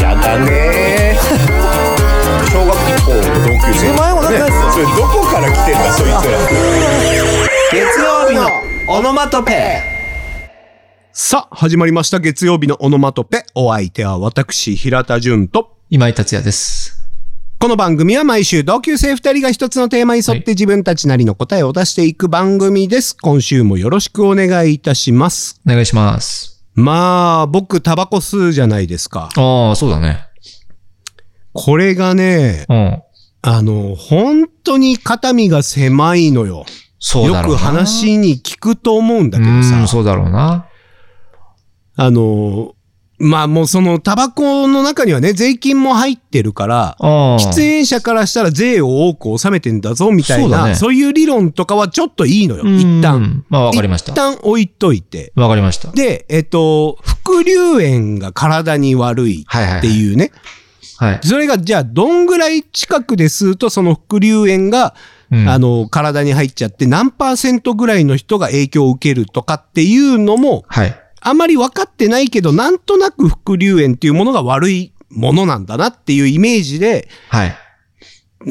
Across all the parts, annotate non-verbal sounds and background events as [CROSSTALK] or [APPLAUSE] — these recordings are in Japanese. やだね小学校の同級生前もなんかねそれどこから来てんだそいつら月曜日のオノマトペさあ始まりました月曜日のオノマトペお相手は私平田純と今井達也です。この番組は毎週同級生二人が一つのテーマに沿って自分たちなりの答えを出していく番組です。今週もよろしくお願いいたします。お願いします。まあ、僕タバコ吸うじゃないですか。ああ、そうだね。これがね、うん。あの、本当に肩身が狭いのよ。そうよだろうな。く話に聞くと思うんだけどうーさん、。そうだろうな。あの、まあもうそのタバコの中にはね、税金も入ってるから、ああ。喫煙者からしたら税を多く納めてんだぞみたいそうだな、ねそういう理論とかはちょっといいのよ、一う旦。ん。まあ、わかりました一。旦置いといて。わかりました。で、えっと、副流炎が体に悪いはいはい。っていうね。はい。それがじゃあどんぐらい近くで吸うとその副流炎が、うんあの、体に入っちゃって何パーセントぐらいの人が影響を受けるとかっていうのも、はい。あまり分かってないけど、なんとなく副流炎っていうものが悪いものなんだなっていうイメージで、はい。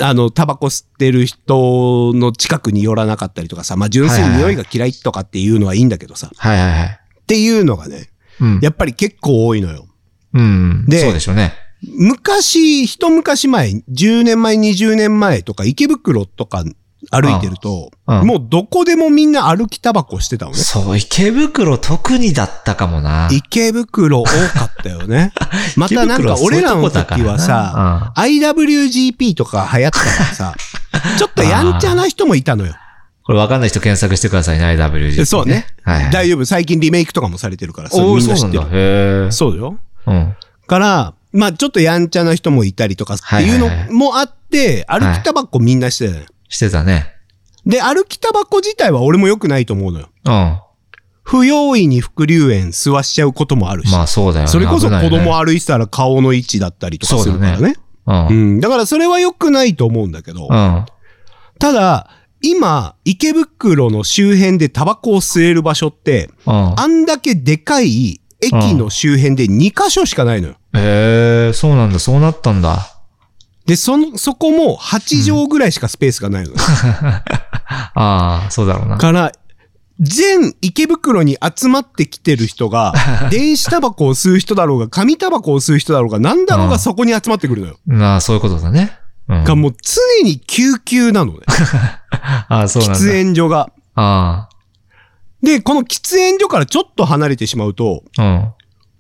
あの、タバコ吸ってる人の近くに寄らなかったりとかさ、まあ純粋に匂いが嫌いとかっていうのはいいんだけどさ、はいはいはい。っていうのがね、うん。やっぱり結構多いのよ。うん。でそうでしょうね。昔、一昔前、10年前、20年前とか、池袋とか歩いてると、ああうんもうどこでもみんな歩きタバコしてたのね。そう、池袋特にだったかもな。池袋多かったよ [LAUGHS] ね。またなんか俺らの時はさ、IWGP とか流行ったから [LAUGHS] さ、ちょっとやんちゃな人もいたのよ。これわかんない人検索してくださいね、IWG、そうね。はいはい。大丈夫。最近リメイクとかもされてるからさ、おみーんそなう知なっんてだ。る。へえ。そうよ。うん。から、まあちょっとやんちゃな人もいたりとかっていうのはいはいはいもあって、歩きタバコみんなしてたのよ。してたね。で、歩きタバコ自体は俺も良くないと思うのよ。うん。不用意に副流炎吸わしちゃうこともあるし。まあそうだよね。それこそ危ない子よね供歩いてたら顔の位置だったりとかするからそうだね。うん。う。うんん。だからそれは良くないと思うんだけど、あただ、今、池袋の周辺でタバコを吸える場所って、あんだけでかい駅の周辺で2箇所しかないのよ。へえ、そうなんだ、そうなったんだ。で、その、そこも8畳ぐらいしかスペースがないのよ。ああ、そうだろうな。から、全池袋に集まってきてる人 [LAUGHS] が、電子タバコを吸う人だろうが、紙タバコを吸う人だろうが、なんだろううがんそこに集まってくるのよ。なあ、そういうことだね。うん。がもう常に救急なのね。ああ、そうなんだ。喫煙所が。あで、この喫煙所からちょっと離れてしまうと、あ、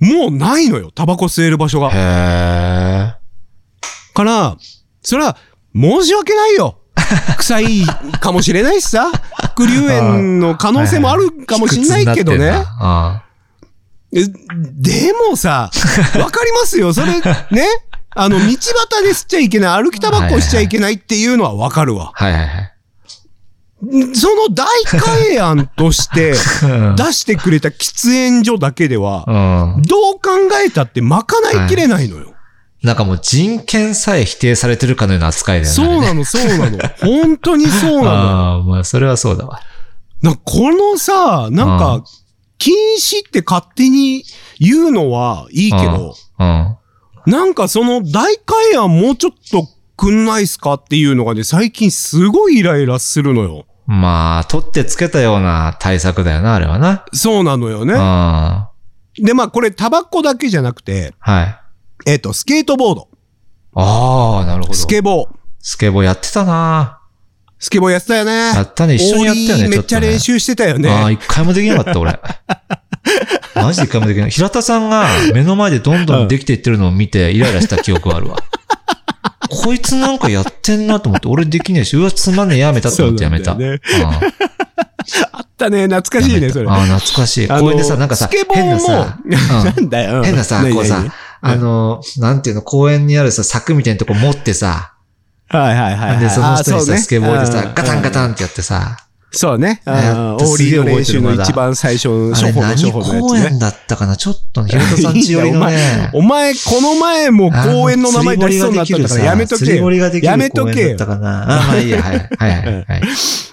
うん。もうないのよ、タバコ吸える場所が。へえ。から、それは申し訳ない [LAUGHS] よ。臭いかもしれないしさ、副流炎の可能性もあるかもしれないけど卑屈になってねんだ。あえでもさ、わかりますよ。それ、ね。あの、道端で吸っちゃいけない、歩きタバコしちゃいけないっていうのはわかるわ。あ、はいはいはい。その大改案としてうん出してくれた喫煙所だけではう、ん。どう考えたってまかないきれないのよ。なんかもう人権さえ否定されてるかのような扱いだよね。そうなの、そうなの。本当にそうなの。ああ、まあそれはそうだわ。なんかこのさ、なんうかん、禁止って勝手に言うのはいいけど、うん。なんかその大会案もうちょっとくんないっすかっていうのがね、最近すごいイライラするのよ。まあ、取ってつけたような対策だよな、あれはな。そうなのようん。ね。はで、まあこれタバコだけじゃなくて、い。あえっ、と、スケートボード、あ、なるほど。スケボー、スケボーやってたなスケボーやってたよね。やったね、一緒にやったよオーリね、ーめっちゃょとね練習してたよああ、ね。一回もできなかった、 [LAUGHS] 俺。マジで一回もできない。平田さんが目の前でどんどんできていってるのを見て、イライラした記憶が [LAUGHS] あるわ。こいつなんかやってんなと思って、俺できねえし、うわ、つまんねえ、やめたと思ってやめた。そうなんだよねあああったね、懐かしいね、それ。ああ、懐かしい。あの公園でさ、なんかさ、スケボー変もなさ、うん [LAUGHS] なんだよ。変なさ、何こうさ何、あの、なんていうの、公園にあるさ、柵みたいなとこ持ってさ、はいはいはいはい。で、その人あそにうねさ、スケボーでさ、ガタンガン。タンってやってさ、そうね。うんオやったーリーの練習の一番最初のあ処れ方の何処方の公やつね。園だったかなちょっとね、平田さんち寄り [LAUGHS] いいんのだよね。お前、この前も公園の名前出しそうになったからやめと釣けりよ堀ができるやめとけ公園だよった。かな。あ、まあいいや、はい。はいは [LAUGHS] いはい。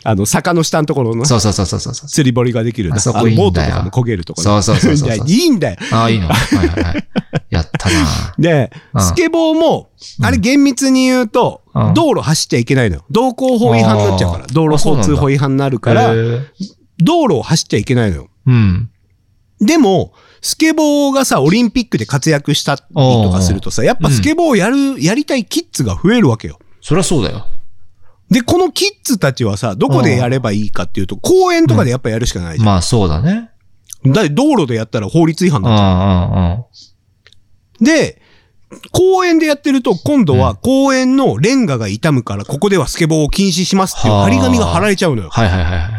あの、坂の下のところのそうそうそうそうそうそう。釣り堀ができるなあそこあのいいんだボよートとかも焦げるところ。そうそうそうそういやいいんだよ。ああ、いいの。はいはいはい。やったったな。でう、んスケボーも、あれ厳密に言うとう、ん道路走っちゃいけないのよ。道交法違反になっちゃうからあ。ー道路交あそう通なんだ法違反になるからへ、ー道路を走っちゃいけないのよ。うん。でも、スケボーがさ、オリンピックで活躍したりとかするとさ、やっぱスケボーをやる、やりたいキッズが増えるわけよ。そりゃそうだよ。で、このキッズたちはさ、どこでやればいいかっていうと、公園とかでやっぱやるしかないじゃん。まあそうだね。だって道路でやったら法律違反うだんうっんた。うん。で、公園でやってると、今度は公園のレンガが傷むから、ここではスケボーを禁止しますっていう張り紙が貼られちゃうのよ。はいはいはいはい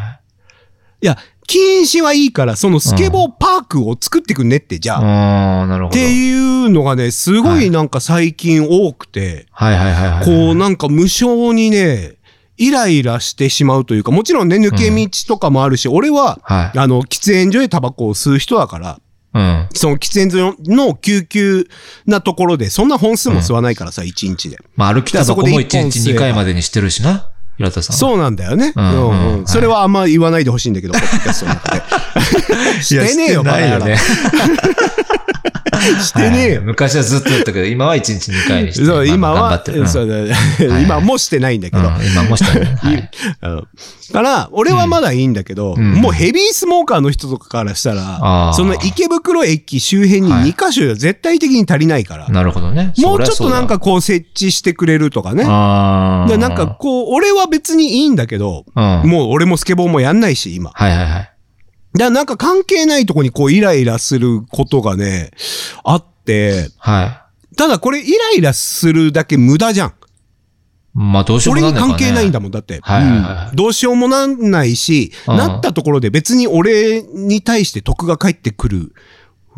や、禁止はいいから、そのスケボーパークを作ってくんねって、じゃあ。っい。うん、なるほど。ていうのがね、すごいなんか最近多くて、はいはいはいはい。こうなんか無性にね、イライラしてしまうというか、もちろんね、抜け道とかもあるし、俺は、はい。あの、喫煙所でタバコを吸う人だから、うん。その喫煙所の救急なところで、そんな本数も吸わないからさ、一日で。まあ歩きたばこも1そこで一本日吸え2ば回までにしてるしな。平田さん。う。そうなんだよね。ううんうんんうはん。いそれはあんま言わないでほしいんだけど、ポッドキャストの中で。してねえよ、バカない野よ郎ね。 [LAUGHS] してねえはいよ。昔はずっとやったけど、今は1日2回にして。そう、ま今あ頑張はってる。う、んそうだ [LAUGHS] 今もしてないんだけうど。ん今もした [LAUGHS] ね。はいうんから、俺はまだいいんだけど、んもうヘビースモーカーの人とかからしたあら、ーその池袋駅周辺に2箇所は絶対的に足りないから、なるほどね。もうちょっとなんそりゃそうだ、かこう設置してくれるとかね。あであ。なんか、こう、俺は別にいいんだけど、うん。はいもう俺もスケボーもやんないし、今。だかはいはい。らなんか関係ないとこにこうイライラすることがね、あって、はただこれイライラするだけ無駄じゃん。い。まあどうしよう俺もなにんないからね関係ないんだもん、だって。はいはいはいうんどうしようもなんないし、うんなったところで別に俺に対して得が返ってくる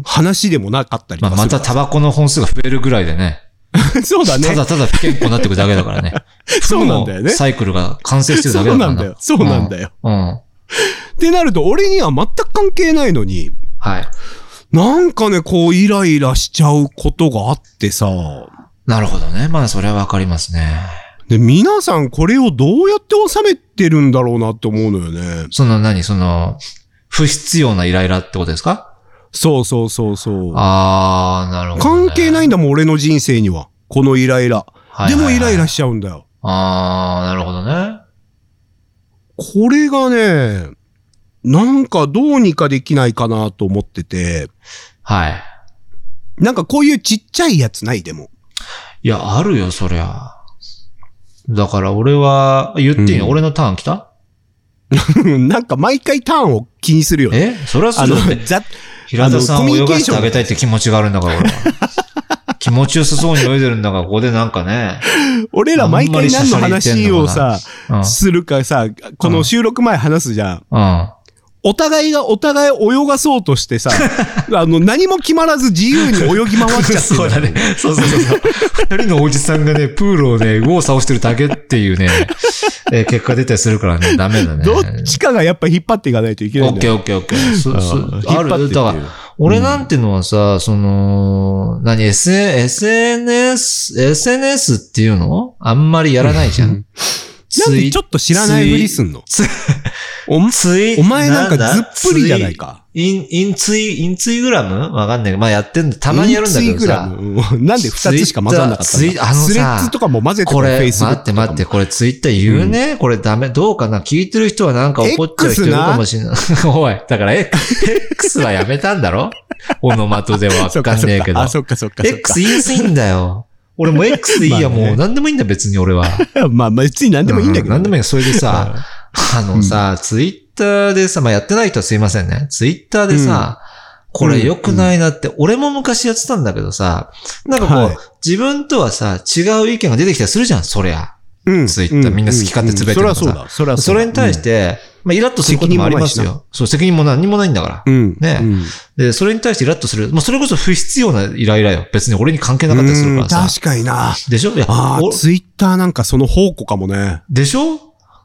話でもなかったりとまあかすまるかたら。タバコの本数が増えるぐらいでね。 [LAUGHS] そうだね。ただただ不健康になっていくだけだからね。 [LAUGHS] そうなんだよね負のサイクルが完成してるだけだからな。 [LAUGHS] そうなんだようん。うん。ってなると俺には全く関係ないのに、はい。なんかね、こうイライラしちゃうことがあってさ、なるほどね。まあそれはわかりますね。で、皆さんこれをどうやって収めてるんだろうなって思うのよね。その何その、不必要なイライラってことですかそうそうそうそう。あー、なるほど、ね。関係ないんだもん、俺の人生には。このイライラ。はいはいではいもイライラしちゃうんだよ。あー、なるほどね。これがね、なんかどうにかできないかなと思ってて、はい。なんかこういうちっちゃいやつないでも。 [LAUGHS] いや、あるよ、そりゃ。だから俺は、言っていいの、うん俺のターン来たなんか毎回ターンを気にするよね。えそれはあそうのだって、。ざ、平田さあんのを泳がしてあげたいって気持ちがあるんだから、[LAUGHS] 俺は。気持ちよさそうに泳いでるんだから、ここでなんかね。俺ら毎回何の話をさ、うん。するかさ、この収録前話すじゃん。うん。お互いがお互い泳がそうと [LAUGHS] してさ、あの、何も決まらず自由に泳ぎ回っちゃってる [LAUGHS] そうだね。そうそうそうそう。二人のおじさんがね、プールをね、右往左往してるだけっていうね、えー結果出たりするからね、ダメだね。どっちかがやっぱ引っ張っていかないといけなオいんッだケよ。ーオッケーオッケー。そそうんあ引っ張ってっる。ていだうから、俺なんてのはさ、その、何、SN SNS、SNS っていうのあんまりやらないじゃん。なんツイでちょっと知らないふりすんのツイお前ツイお前なんかずっぷりじゃない。んだツイか。イン、インツイ、インツイグラムわかんないけど、まあやってんだ、たまにやるんだけどさ。インスイグラムなんで二つしか混ざんなかったツイッターツイあのさスレッズとかも混ぜてこるれ、 Facebook 待って待って、これツイッター言うね、これダメ、どうかな聞いてる人はなんか怒っちゃう人いるかもしれない。 [LAUGHS] おい、だから X はやめたん [LAUGHS] だろオノマトではわそっかかんそねっえけどか。。あ、そっかそっかそっ X 言いやすいんだよ。俺も X でいいや、まあねもう何でもいいんだ、別に俺は。か。まあまあ、別に何でもいいんだけど。何でもいい。それでさ、あのさ、ツイッターでさ、まあやってない人はすいませんね。ツイッターでさ、これ良くないなって、俺も昔やってたんだけどさ、なんかこう、はい自分とはさ、違う意見が出てきたりするじゃん、そりゃ。うんツイッターみんな好き勝手つぶやいてるるかからら。さそりゃそうだ。そりゃ。それに対してて、まあイラッとすることもあります責任よ。そう、責任も何にもないんだから。うん。ねうんで、それに対してイラッとする。まあそれこそ不必要なイライラよ。別に俺に関係なかったりするうかんらさ。確かにな。でしょいやあおあ、ツイッターなんかその宝庫かもね。でしょ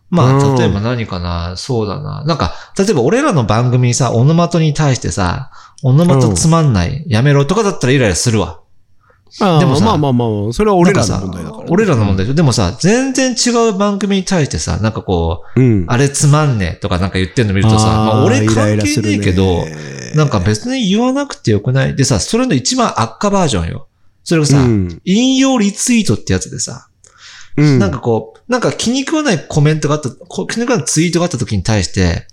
まうあ、ん例えば何かな、そうだな。なんか、例えば俺らの番組にさ、オノマトに対してさ、オノマトつまんない、やめろとかだったらイライラするわ。ああでもさまあまあまあ、それは俺らのなん問か題ださから。俺らの問題でしょ。でもさ、全然違う番組に対してさ、なんかこう、うん。あれつまんねえとかなんか言ってんの見るとさ、まあー俺関係ねえけど、イライラするねなんか別に言わなくてよくないでさ、それの一番悪化バージョンよ。それがさ、うん引用リツイートってやつでさ、うん。なんかこう、なんか気に食わないコメントがあった、こ気に食わないツイートがあった時に対して、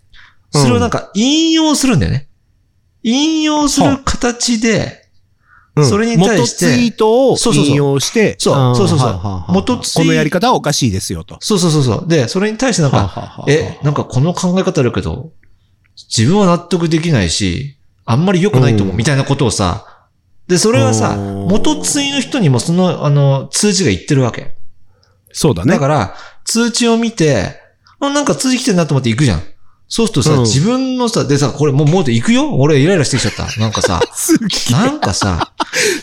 それをなんか引用するんだよね。引用する形で、うん、それに対して元ツイートをそうそうそう引用して、そうあーそうそうそうはあはあはあ元ツイこのやり方はおかしいですよと。そうそうそうそう。で、それに対してなんか、え、なんかこの考え方あるけど、自分は納得できないし、あんまり良くないと思う、うんみたいなことをさ、で、それはさ、おー元ツイの人にもその、あの、通知が言ってるわけ。そうだね。だから、通知を見て、あなんか通知来てるなと思って行くじゃん。そうするとさ、うん自分のさ、でさ、これもう、もう行くよ俺イライラしてきちゃった。なんか [LAUGHS] さ、すげえなんかさ、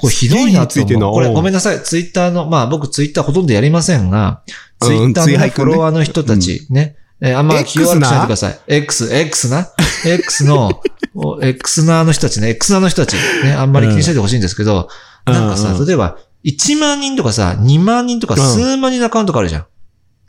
これひどいなってすげえ火ついてん思なう。これうんごめんなさい。ツイッターの、まあ僕ツイッターほとんどやりませんが、ツイッタうんツイーハのイフくォんねロワーの人たちね、えーあんま気を悪くしないでください。X、X な ?X の、お X なーの人たちね、X なーの人たちね、あんまり気にしないでほしいんですけど、うんなんかうんうさ、ん例えば、1万人とかさ、2万人とかうん数万人のアカウントがあるじゃん。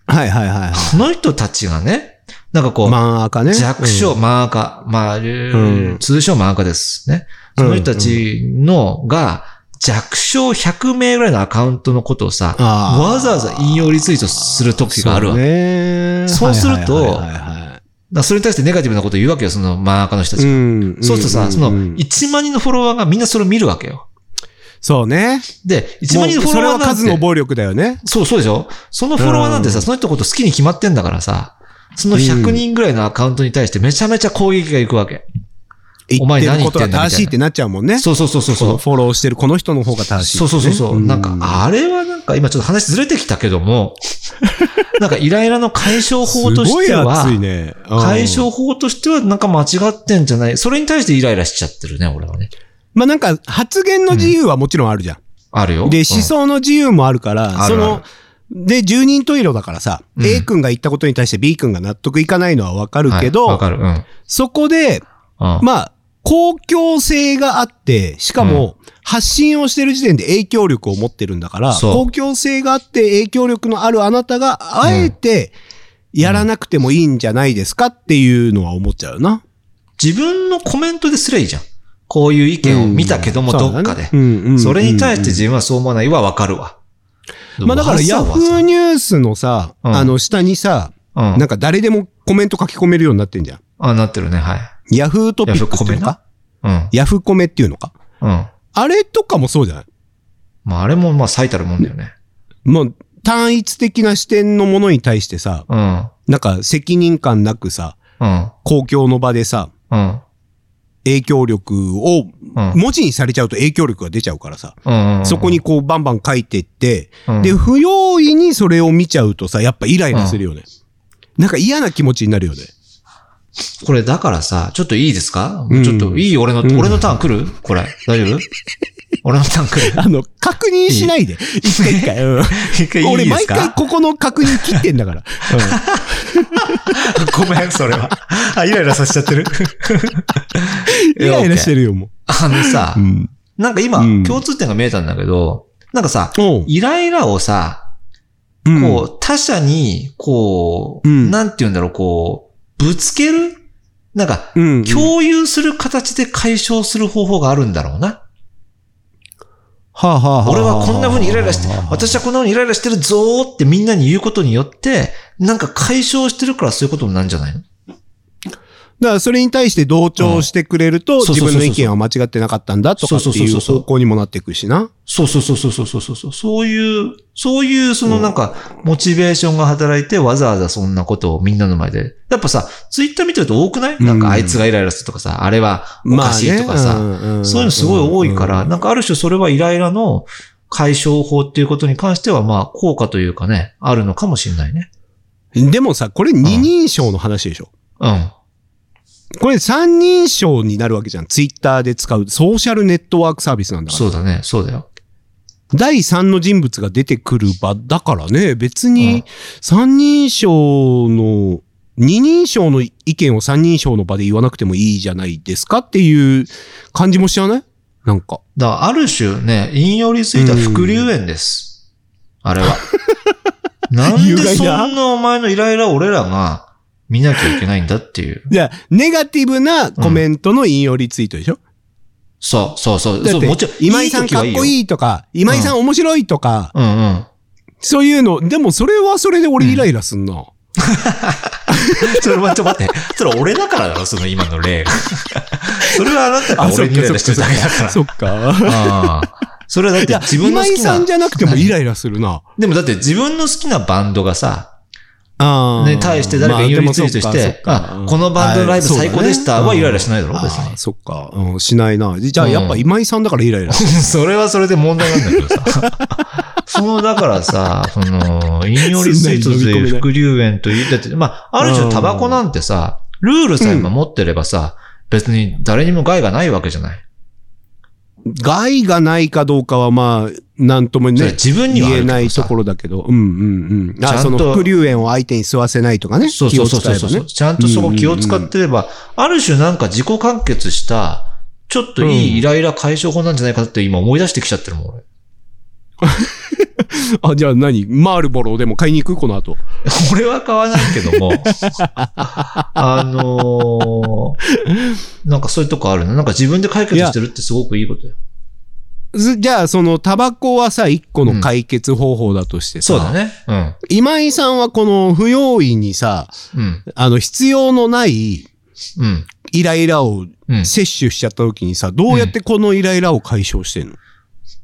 はいはいはいはその人たちがね、なんかこい。う、マンアカね。弱小、マーカー、まあ、ん通称マーカーですね。その人たちのが、弱小100名ぐらいのアカウントのことをさ、あーわざわざ引用リツイートする時があるわ。そうだかねそうするとはいはいはいはいらそれに対してネガティブなことを言うわけよ、そのマーカーの人たちが。んそうするとさ、そのうん1万人のフォロワーがみんなそれを見るわけよ。そうね。で、1万人のもうフォそれロワはーなんて。数の暴力だよね。そう、そうでしょそのフォロワーなんてさ、うんその人のこと好きに決まってんだからさ、その100人ぐらいのアカウントに対してめちゃめちゃ攻撃がいくわけ。お言っ前て何る言っこてとんだがみたいな正しいってなっちゃうもんね。そうそうそうそうこそのう。フォローしてるこの人の方が正しい。そうそうそうそう。なんか、あ、あれはなんか、今ちょっと話ずれてきたけども、 [LAUGHS] なんかイライラの解消法としてすごい熱いは、ね。うん解消法としてはなんか間違ってんじゃない。それに対してイライラしちゃってるね、俺はね。まあなんか、発言の自由はもちろんあるじゃん。あるよ。で、うん思想の自由もあるから、あるそあの、で、十人十色だからさ、うん A 君が言ったことに対して B 君が納得いかないのはわかるけど、はいわかる。うん。うん。そこで、まあ、公共性があって、しかも、発信をしてる時点で影響力を持ってるんだから、そう公共性があって影響力のあるあなたが、あえて、やらなくてもいいんじゃないですかっていうのは思っちゃうな。自分のコメントですればいいじゃん。こういう意見を見たけども、うんどっかでそうだねうんうんうんうん。それに対して自分はそう思わないはわかるわ。まあだから、ヤフーに、ニュースのさ、うんあの、下にさ、うんなんか誰でもコメント書き込めるようになってんじゃん。あ、なってるね、はい。ヤフートピックっていうのかうん。ヤフコメっていうのかうん。あれとかもそうじゃないまあ、あれもまあ、最たるもんだよね。もう単一的な視点のものに対してさ、うん。なんか責任感なくさ、うん。公共の場でさ、うん。影響力を、うん文字にされちゃうと影響力が出ちゃうからさ、うんうんそこに、こうバンバン書いてって、うんで、不用意にそれを見ちゃうとさ、やっぱイライラするよね。なんか嫌な気持ちになるよね。これだからさ、ちょっといいですか、うんちょっといい俺の、ん俺のターン来るこれ。大丈夫俺のターン来るあの、確認しないで。一回一回。うん一回俺いいで毎す回かここの確認切ってんだから。ごめん、それは。あ、イライラさせちゃってる。 [LAUGHS] イライラしてるよ、もあのさ、う。うん。なんか今、うん共通点が見えたんだけど、なんかさ、おうイライラをさ、うんこう、他者に、こう、うんなんて言うんだろう、こう、ぶつけるなんか、うん、は共有する形で解消する方法があるんだろうな。あはあはあ俺はこんな風にイライラしてはあはあ、はあ私はこんな風にイライラしてるぞーってみんなに言うことによって、なんか解消してるからそういうことになるんじゃないのだからそれに対して同調してくれると、そうそう自そうそ分うの意見は間違ってなかったんだとかってそうそういそううそう方向にもなっていくしな。そうそうそうそうそうそうそうそう。そういう、そういうそのなんか、モチベーションが働いてわざわざそんなことをみんなの前で。やっぱさ、ツイッター見てると多くないなんかあいつがイライラするとかさ、あれはおかしいとかさ。さそういうのすごい多いから、なんかある種それはイライラの解消法っていうことに関しては、まあ、効果というかね、あるのかもしれないね。でもさ、これ二人称の話でしょ。うん。これ三人称になるわけじゃん。ツイッターで使うソーシャルネットワークサービスなんだから。そうだね、そうだよ。第三の人物が出てくる場だからね、別うんに三人称の、二人称の意見を三人称の場で言わなくてもいいじゃないですかっていう感じもしちゃうねなんか。だから、ある種ね、引用リツイートは副流炎です。あ [LAUGHS] れは。なんで有害そなんなお前のイライラを俺らが見なきゃいけないんだっていう。じゃあネガティブなコメントの引用リツイートでしょ、そうそうそう。だそっうてもちろん、、今井さんかっこいい時はいいよ。いいとか、今井さん面白いとか、うんうん。そういうの、でもそれはそれで俺イライラすんな。それはちょっと待って。それ俺だからだろ、その今の例が。 [LAUGHS] それはあなたが俺にイライラしてるだけだから。そっか。ああ。それはだっいてや、自分の好今井きさな。んじゃなくてもイライラするな。でもだって自分の好きなバンドがさ、あーね、対して誰かによりツイートして、まあでもそっかそっかあ、このバンドのライブ最高でしたはイライラしないだろ、あ別ーに。そっか、うん、しないな。じじゃあ、うんやっぱ今井さんだからイライラ。 [LAUGHS] それはそれで問題なんだけ [LAUGHS] どさ。その、だからさ、その、引用リツイートという副流煙という、だって、まあ、あるう種んタバコなんてさ、ルールさえ守ってればさ、別に誰にも害がないわけじゃない。害がないかどうかは、まあ、なんともそれね、自分にはあ言えるけどさないところだけど、うんうんうん。ちゃんあ、とその、副流煙を相手に吸わせないとかね。そうそうそうそう気をそう使えばねちゃんとそこ気を使ってれば、ある種なんか自己完結した、ちょっといいイライラ解消法なんじゃないかって今思い出してきちゃってるもん、俺。あ、じゃあ何マールボロでも買いに行くこの後。 [LAUGHS] 俺は買わないけ [LAUGHS] ども、あのーなんかそういうとこあるな。なんか自分で解決してるってすごくいいことよ。ずじゃあ、その、タバコはさ、一個の解決方法だとしてさ、ね。今井さんはこの不用意にさ、うん。あの、必要のないうん。イライラをうん。摂取しちゃった時にさ、どうやってこのイライラを解消してんの、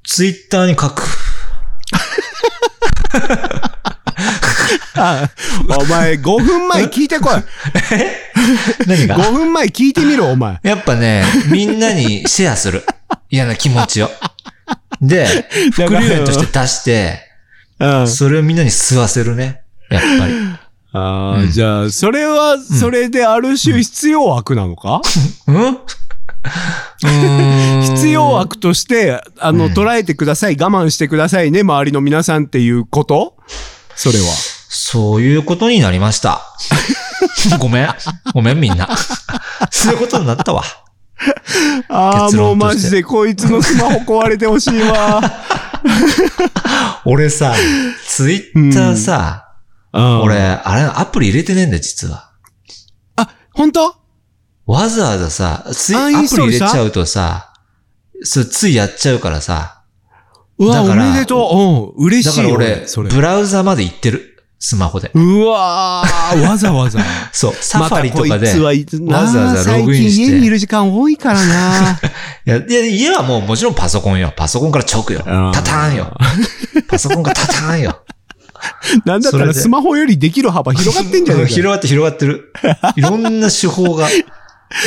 ツイッターに書く。あお前、5分前聞いてこい。 [LAUGHS] [LAUGHS] 何が5分前聞いてみろ、お前。やっぱね、みんなにシェア [LAUGHS] する。嫌な気持ちを。で、だ副から流煙として出して、うん。あそれをみんなに吸わせるね。やっぱり。 [LAUGHS] あー、じゃあ、それは、それである種必要悪なのか、 [LAUGHS] うんうーん必要悪として、あの、うん捉えてください、我慢してくださいね、周りの皆さんっていうことそれは。そういうことになり [LAUGHS] ました。ごめん。ごめんみんな。そういうことになったわ。ああ、結もう論とマしてジでこいつのスマホ壊れてほしい [LAUGHS] わ。俺さ、ツイッターさ、うん俺、。あれ、アプリ入れてねえんだよ、実は。あ、本当わざわざさ、ツイあアインスプトーリル入れしちたゃうとさ、そう、ついやっちゃうからさ。うわ、だおからめでとう。うん、嬉だしかいらよ。俺そ、れ。ブラウザまで行ってる。スマホで。うわー、 [LAUGHS] わざわざ。そう、サファリとかで。またこいつはいなわざわざログインして最近家にいる時間多いからな。 [LAUGHS] いや、いや家はもうもちろんパソコンよ。パソコンから直よ。あータターンよ。パソコンからタターンよ。なんだったそれらでスマホよりできる幅広がってんじゃねえか [LAUGHS] 広がって広がってる。いろんな手法が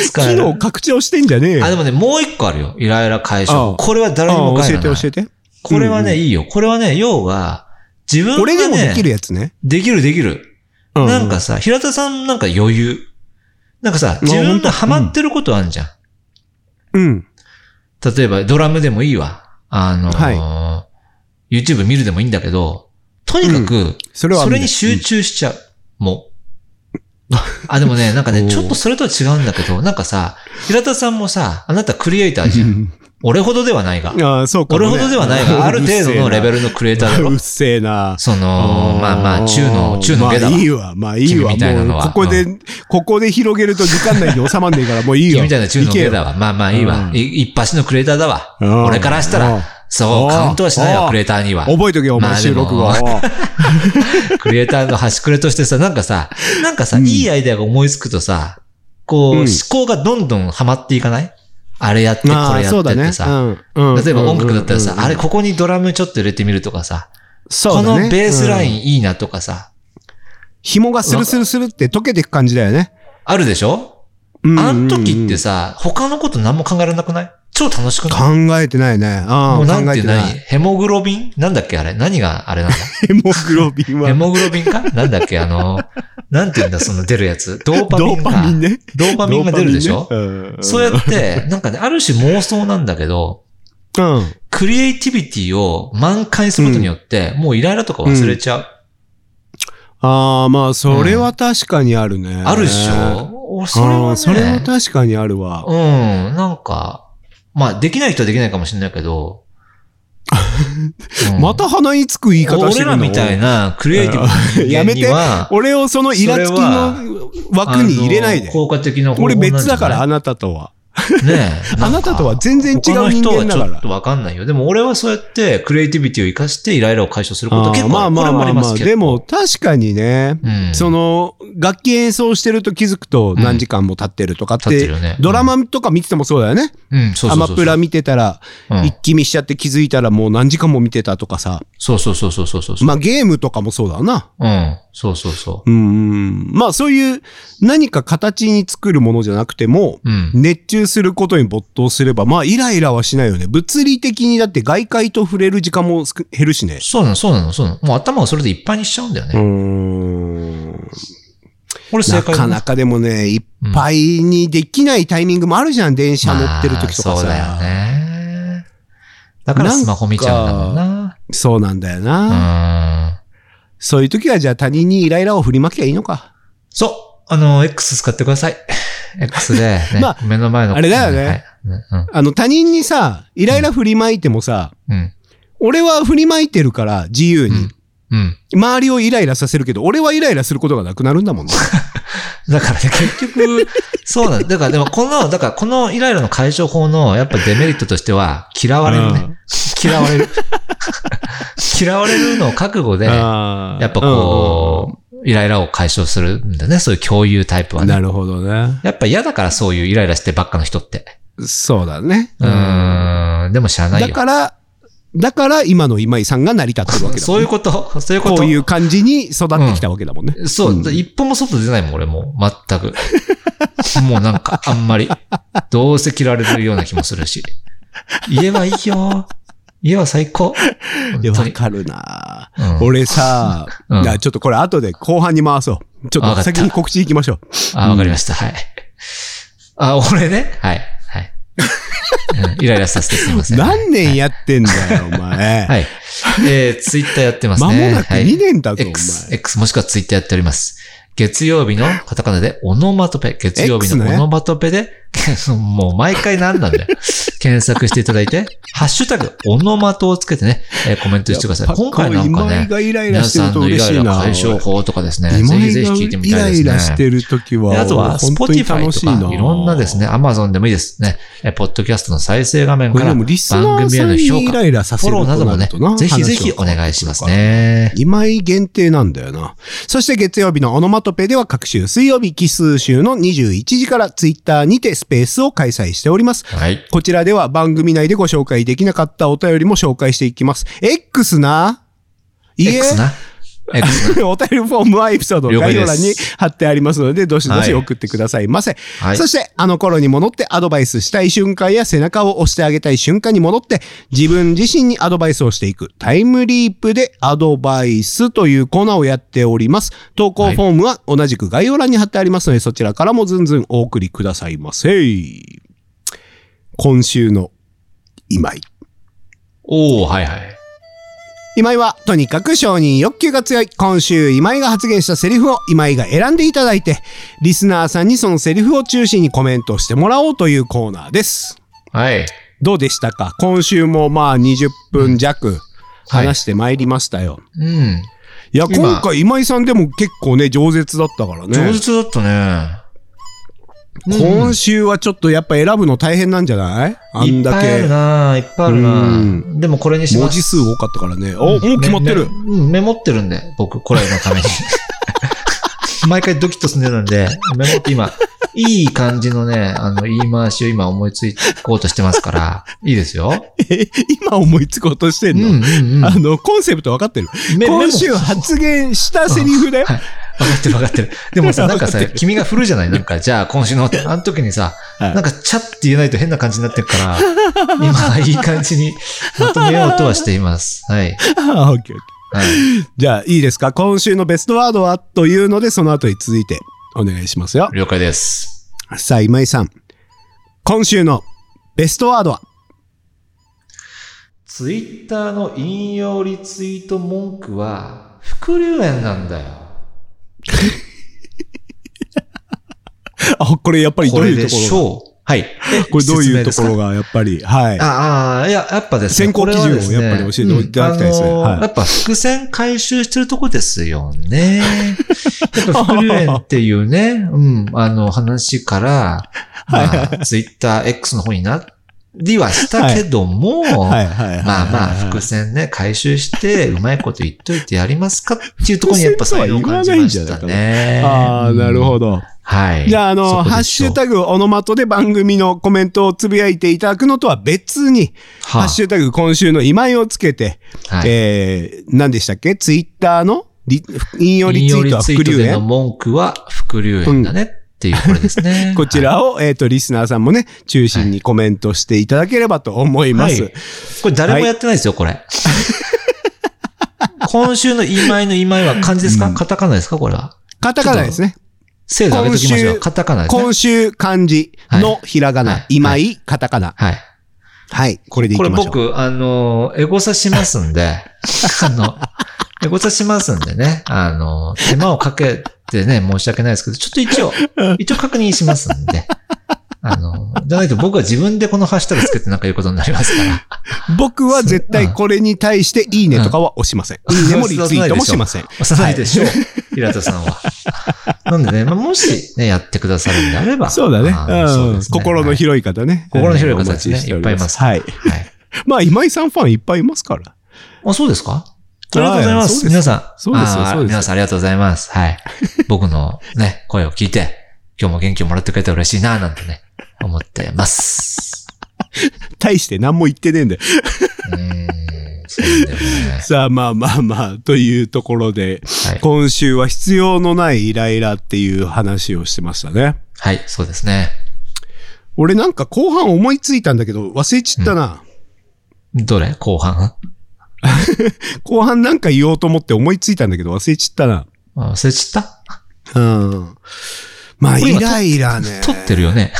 使え機 [LAUGHS] る。能拡張してんじゃねえよあ、でもね、もう一個あるよ。イライラ解ああ消。これは誰にもあ害教えがてない。教えて。これはね、うんいいよ。これはね、要は、自分が、ね、俺でもできる。やつね。できるできる。うなんか、さ、平田さんなんか余裕。なんかさ、うん自分がハマってることあるじゃん。うん。例えば、ドラムでもいいわ。あのー YouTube 見るでもいいんだけど、とにかく、それはあそるね。れに集中しちゃう。もう。 [LAUGHS] あ、でもね、なんかおね、ーちょっとそれとは違うんだけど、なんかさ、平田さんもさ、あなたクリエイターじゃん。俺ほどではないがうん。。ああ、そうかも俺ね。ほどではないが、ある程度のレベルのクリエイターだうろっ。せえな。その、まあまあ、中の、中の下だまわあい。いわ、まあいいわ。君みたいなのもう、はここで、ここで広げると時間内に収まんねえから、もういいよ。君みたいな中の行け下よだわ。まあまあいいわう。んい一発のクリエイターだわ。うん俺からしたうんら、そうう、んカウントはしないうわ、んクリエイターには。覚えとけよ、おま前 [LAUGHS] あで収も録後。クリエイターの端くれとしてさ、なん [LAUGHS] かさ、なんかさ、いいアイデアが思いつくとさ、こう、うん思考がどんどんハマっていかないあれやって、こまあれやそうってだっねてさ。うんうん例えば音楽だったらうさん、あれ、ここにドラムちょっと入れてみるとかさ、そこうだねのベースラインうんいいなとかさ、紐がスルスルスルって溶けていく感じだよね。あるでしょあの時ってさ、他のこと何も考えられなくない超楽しくないうんうんうん考えてないね。あもうあ、なん考えてて何ない。 [LAUGHS] ヘモグロビンなんだっけあれ何があれなんだヘモグロビンヘはモグロビンかなんだっけあの、なんて言うんだその出るやつ。ドーパミドンーか。パミンね。ドーパミンが出るでしょドーパミンねうんそうや [LAUGHS] って、なんかね、ある種妄想なんだけど、うん。クリエイティビティを満開にすることによって、もうイライラとか忘れちゃう。ああ、まあ、それは確かにあるね。あるでしあょ、俺それはあ、ね、それは確かにあるわ。うん、なんか、まあ、できない人はできないかもしれないけど、うんまた鼻につく言い方して俺るのらみたいなクリエイティブな人間 [LAUGHS] には、俺をそのイラつきの枠に入れないあでの。効果的な方法なん俺じゃない別だから、あなたとは。。ねえ [LAUGHS] あなたとは全然違う人間だから他の人はちょっとわかんないよ。でも俺はそうやってクリエイティビティを生かしてイライラを解消することは結構まあまあこれはまあありまますあ、けど。でも確かにね、うんその、楽器演奏してると気づくと何時間も経ってるとかっ、経っててるよねドラマとか見ててもそうだよね。うん、そうそうそうそう。アマプラ見てたら、うん一気見しちゃって気づいたらもう何時間も見てたとかさ。そうそうそうそうそうそう。まあゲームとかもそうだな。うん、そうそうそうん。まあそういう何か形に作るものじゃなくても、う。うん。熱中することに没頭すれば、まあイライラはしないよね。物理的にだって外界と触れる時間も少減るしね。そうなの、そうなの、そうなの。もう頭をそれでいっぱいにしちゃうんだようーね。ん。これ正な解かなかでもね、いっぱいにできないタイミングもあるじゃん、電車乗ってる時とかまあさ。そうだよね。だからスマホ見ちゃうんだもんな。そうなんだよな。うん。そういう時はじゃあ他人にイライラを振りまきゃいいのか。そう。あの、X 使ってください。X で、ね [LAUGHS] まあ目の前の。あれだよねはい。うんあの、他人にさ、イライラ振りまいてもさ、うん。俺は振りまいてるから、自由に。うん。うん。周りをイライラさせるけど、俺はイライラすることがなくなるんだもんね。だからね、結局、そうなんだ。だから、でも、この、だから、このイライラの解消法の、やっぱデメリットとしては、嫌われるうね。嫌われる。嫌われるのを覚悟で、ややっぱこう、イライラを解消するんだね。そういう共有タイプはなね。るほどね。やっぱ嫌だからそういうイライラしてばっかの人って。そうだね。うーん、でもしゃあないだよ。から、だから今の今井さんが成り立ってるわけだもそんういねうこと、そういうこと。こういう感じに育ってきたわけだもんね。そう、一歩も外出ないもん、俺もう。全く。 [LAUGHS] もうなんか、あんまり。どうせ切られるような気もするし。家はいいよ。家は最高。本いや、当わにかるな、うん俺さ、うんいやちょっとこれ後で後半に回そう。ちょわっかとった先に告知行きましょう。あ、わかりました。はい。あ、俺ね。はい。はい。うんイライラさせてすみません。何年やってんだよ、お前。はい。えー、ツイッターやってますね。間もなくはい2年だぞ、お X、前。 X もしくはツイッターやっております。月曜日のカタカナでオノマトペ。月曜日 X のねオノマトペで、 [LAUGHS] もう毎回何なんだよ。検索していただい [LAUGHS] て、ハッシュタグ、オノマトをつけてね、えーコメントしてください。今回なんか今ね井、がイライラ皆してさるんとのイ嬉ラしイいラな。解消法とかですね、今ぜひ井ぜひが聞いてみイたラいですね。イラしてるときは、であとは、本当に Spotify 楽しいとな。か、いろんなですね、。Amazon でもいいですね。え、ポッドキャストの再生画面こかれら、で番もリスナー組へさんのに評イ価、ライラさフせォるロとーなどもねるとな、ぜひぜひお願いします。ね。今井限定なんだよな。そして月曜日のオノマトペでは各週水曜日奇数週の21時からツイッターにてスペースを開催しております。はい。こちらでは番組内でご紹介できなかったお便りも紹介していきます。X ないえ X な。X な。 [LAUGHS] お便りフォームはエピソードの概要欄に貼ってありますので、どしどし送ってくださいませ。はいそして、あの頃に戻ってアドバイスしたい瞬間や背中を押してあげたい瞬間に戻って、自分自身にアドバイスをしていくタイムリープでアドバイスというコーナーをやっております。投稿フォームは同じく概要欄に貼ってありますので、そちらからもずんずんお送りくださいませ。今週の今井。おおはいはい。今井はとにかく承認欲求が強い今週今井が発言したセリフを今井が選んでいただいてリスナーさんにそのセリフを中心にコメントしてもらおうというコーナーですはい。どうでしたか今週もまあ20分弱はい話してまいりましたよ、いうん。や今今回今井さんでも結構ね饒舌だったから上ね手だったね。今週はちょっとやっぱ選ぶの大変なんじゃないあんだいっぱいあるけな、いっぱいあるうんな。でもこれにし文ま字す。数多かったからねおもう決まってる、めめうんメモってるんで、僕、これのために。毎回ドキッとすんでるんで、メモって今、いい感じのね、あの、言い回しを今思いついこうとしてますから、いいですよ。 [LAUGHS] 今思いつこうとしてうんんの、うんうん。あの、コンセプト分かってる。メ今週発言したセリフだよ。はい。わかってるわかってる。[LAUGHS] でもさ、なんかさ、君が振るじゃないなんか、じゃあ今週のって、あの時にさ、はいなんか、チャって言えないと変な感じになってるから、今、いい感じにまとめようとはしています。はい。あオッケーオッケはい、ーじゃあ、いいですか今週のベストワードはというので、その後に続いてお願いしますよ。了解です。さあ、今井さん。今週のベストワードはツイッターの引用リツイート文句は、副流煙なんだよ。あ、これやっぱりどこうれいうでとこしろょはい。これどういうところががやっぱり、はい。ああ、いや、やっぱですね。選考基準をやっぱり教えていただきたいですねこれははいあのーやっぱ伏線回収してるとこですよ [LAUGHS] ね。やっぱ副流炎っていうね、うん、あの [LAUGHS] 話から、まあ、ツイッター X の方になりはしたけども、はいはいはい。まあまあ、はい伏線ね、回収して、うまいこと言っといてやりますかっていうところにやっぱ才能を感じま [LAUGHS] したね。ああ、なるど。ほど。はい。じゃあ、あの、そこでしょうハッシュタグオノマトで番組のコメントをつぶやいていただくのとは別に、ハッシュタグ今週の今井をつけて、はいえー、何でしたっけツイッターのリ引用リツイートは副引用リツイート流での炎文句は副流炎だねっていうこれですね [LAUGHS] 。こちらを、えっ、と、リスナーさんもね、中心にコメントしていただければと思いはまい。す。はい。これ誰もやってないですよ、こ [LAUGHS] れ。今週の今井の今井は漢字ですか、カタカナですかこれは。カタカナですね。精度上げときましょ今週う。カタカナですね今。週漢字のひらがな、はいはい今井、カタカナ。はい。はい、これでいきこまれしょう。僕、あの、エゴサしますんで、あの、 [LAUGHS] エゴサしますんでね、あの、手間をかけてね、申し訳ないですけど、ちょっと一応、一応確認しますんで、あの、じゃないと僕は自分でこのハッシュタグつけてなんか言うことになりますから。僕は絶対これに対していいねとかは押しません。んいいねもリツイートもしません。幼いでしょう、平田さんは。 [LAUGHS] なんでね、まあ、もしね、やってくださるんであれば。そうだねあのそううでん。すね心の広い方ね。はい心の広うんい方たちおね待、ちしていおっりぱいいまます。はい。はい。まあ、今井さんファンいっぱいいますから。あ、そうですかありがとうございまはいそうですす。皆さん。そうですよあそうでーすよ皆さんありがとうございます。はい。僕のね、 [LAUGHS] 声を聞いて、今日も元気をもらってくれたら嬉しいな、なんてね、思ってます。大して何も言ってねえんで。うーん、そうなんだよね。さあ、まあまあまあ、というところで、はい。今週は必要のないイライラっていう話をしてましたね。はい、そうですね。俺なんか後半思いついたんだけど、忘れちったな。どれ後半後半なんか言おうと思って思いついたんだけど、忘れちったな。あ忘れちったうん。まあ、これイ今ライラね。撮ってるよね。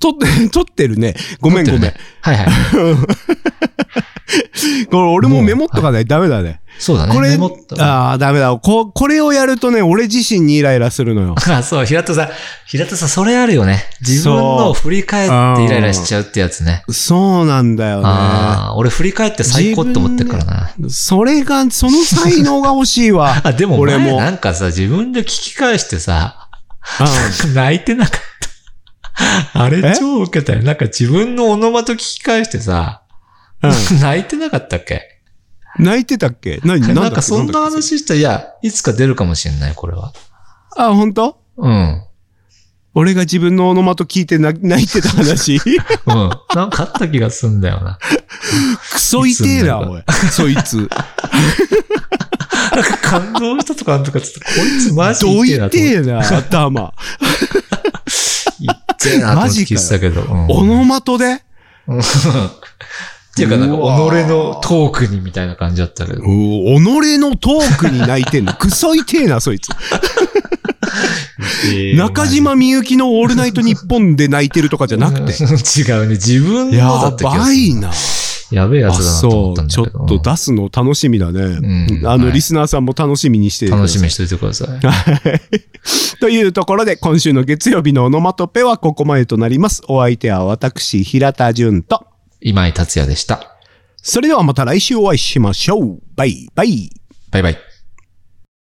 撮 [LAUGHS] って、撮ってるね。ごめん撮ごってめるんね。。はいはい。これ俺もメモっとかないとダメだね。そうだね。これメモっ、た。ああ、ダメだ。こ、これをやるとね、俺自身にイライラするのよ。あ、 [LAUGHS] そう、平田さん。平田さん、それあるよね。自そう分のを振り返ってイライラしちゃうってやつね。そうなんだよね。ああー、俺振り返って最高って思ってるからな。。それが、その才能が欲しいわ [LAUGHS] あ、でも俺俺もも。なんかさ、自分で聞き返してさ、うん泣いてなかった。あ [LAUGHS] えれ超ウケたよ。なんか自分のオノマト聞き返してさ、 [LAUGHS] 泣いてなかったっけ泣いてたっけ [LAUGHS] 何な何んだっけかそんなだっけ話したら、いや、いつか出るかもしれない、これは。あ、本当？うん。うん。俺が自分のオノマト聞いてな [LAUGHS] 泣いてた [LAUGHS] 話クなんかあった気がすんだよな。ソ痛えな、おい。そい [LAUGHS] つ。なんか感動したとかなんとかちょっと、こいつマジどう痛痛えなと思って。えな、頭。痛えなと思って聞いてたけど。うん [LAUGHS] オノマトでうんっていうか、なんか、己のトークにみたいな感じだったけどう。お己のトークに泣いて [LAUGHS] んの。クソ痛えな、そいつ。中島みゆきのオールナイトニッポンで泣いてるとかじゃなくて。 [LAUGHS] 違うね。自分のやだった気がすばるいな。やべえやあ、つだなと思そったんう。だちょけっど。と出すの楽しみだね。うんあの、はいリスナーさんも楽しみにしててください楽しみにしといてください。 [LAUGHS] というところで、今週の月曜日のオノマトペはここまでとなります。お相手は私、平田純と。 [LAUGHS] 今井達也でした。それではまた来週お会いしましょう。バイバイ。バイバイ。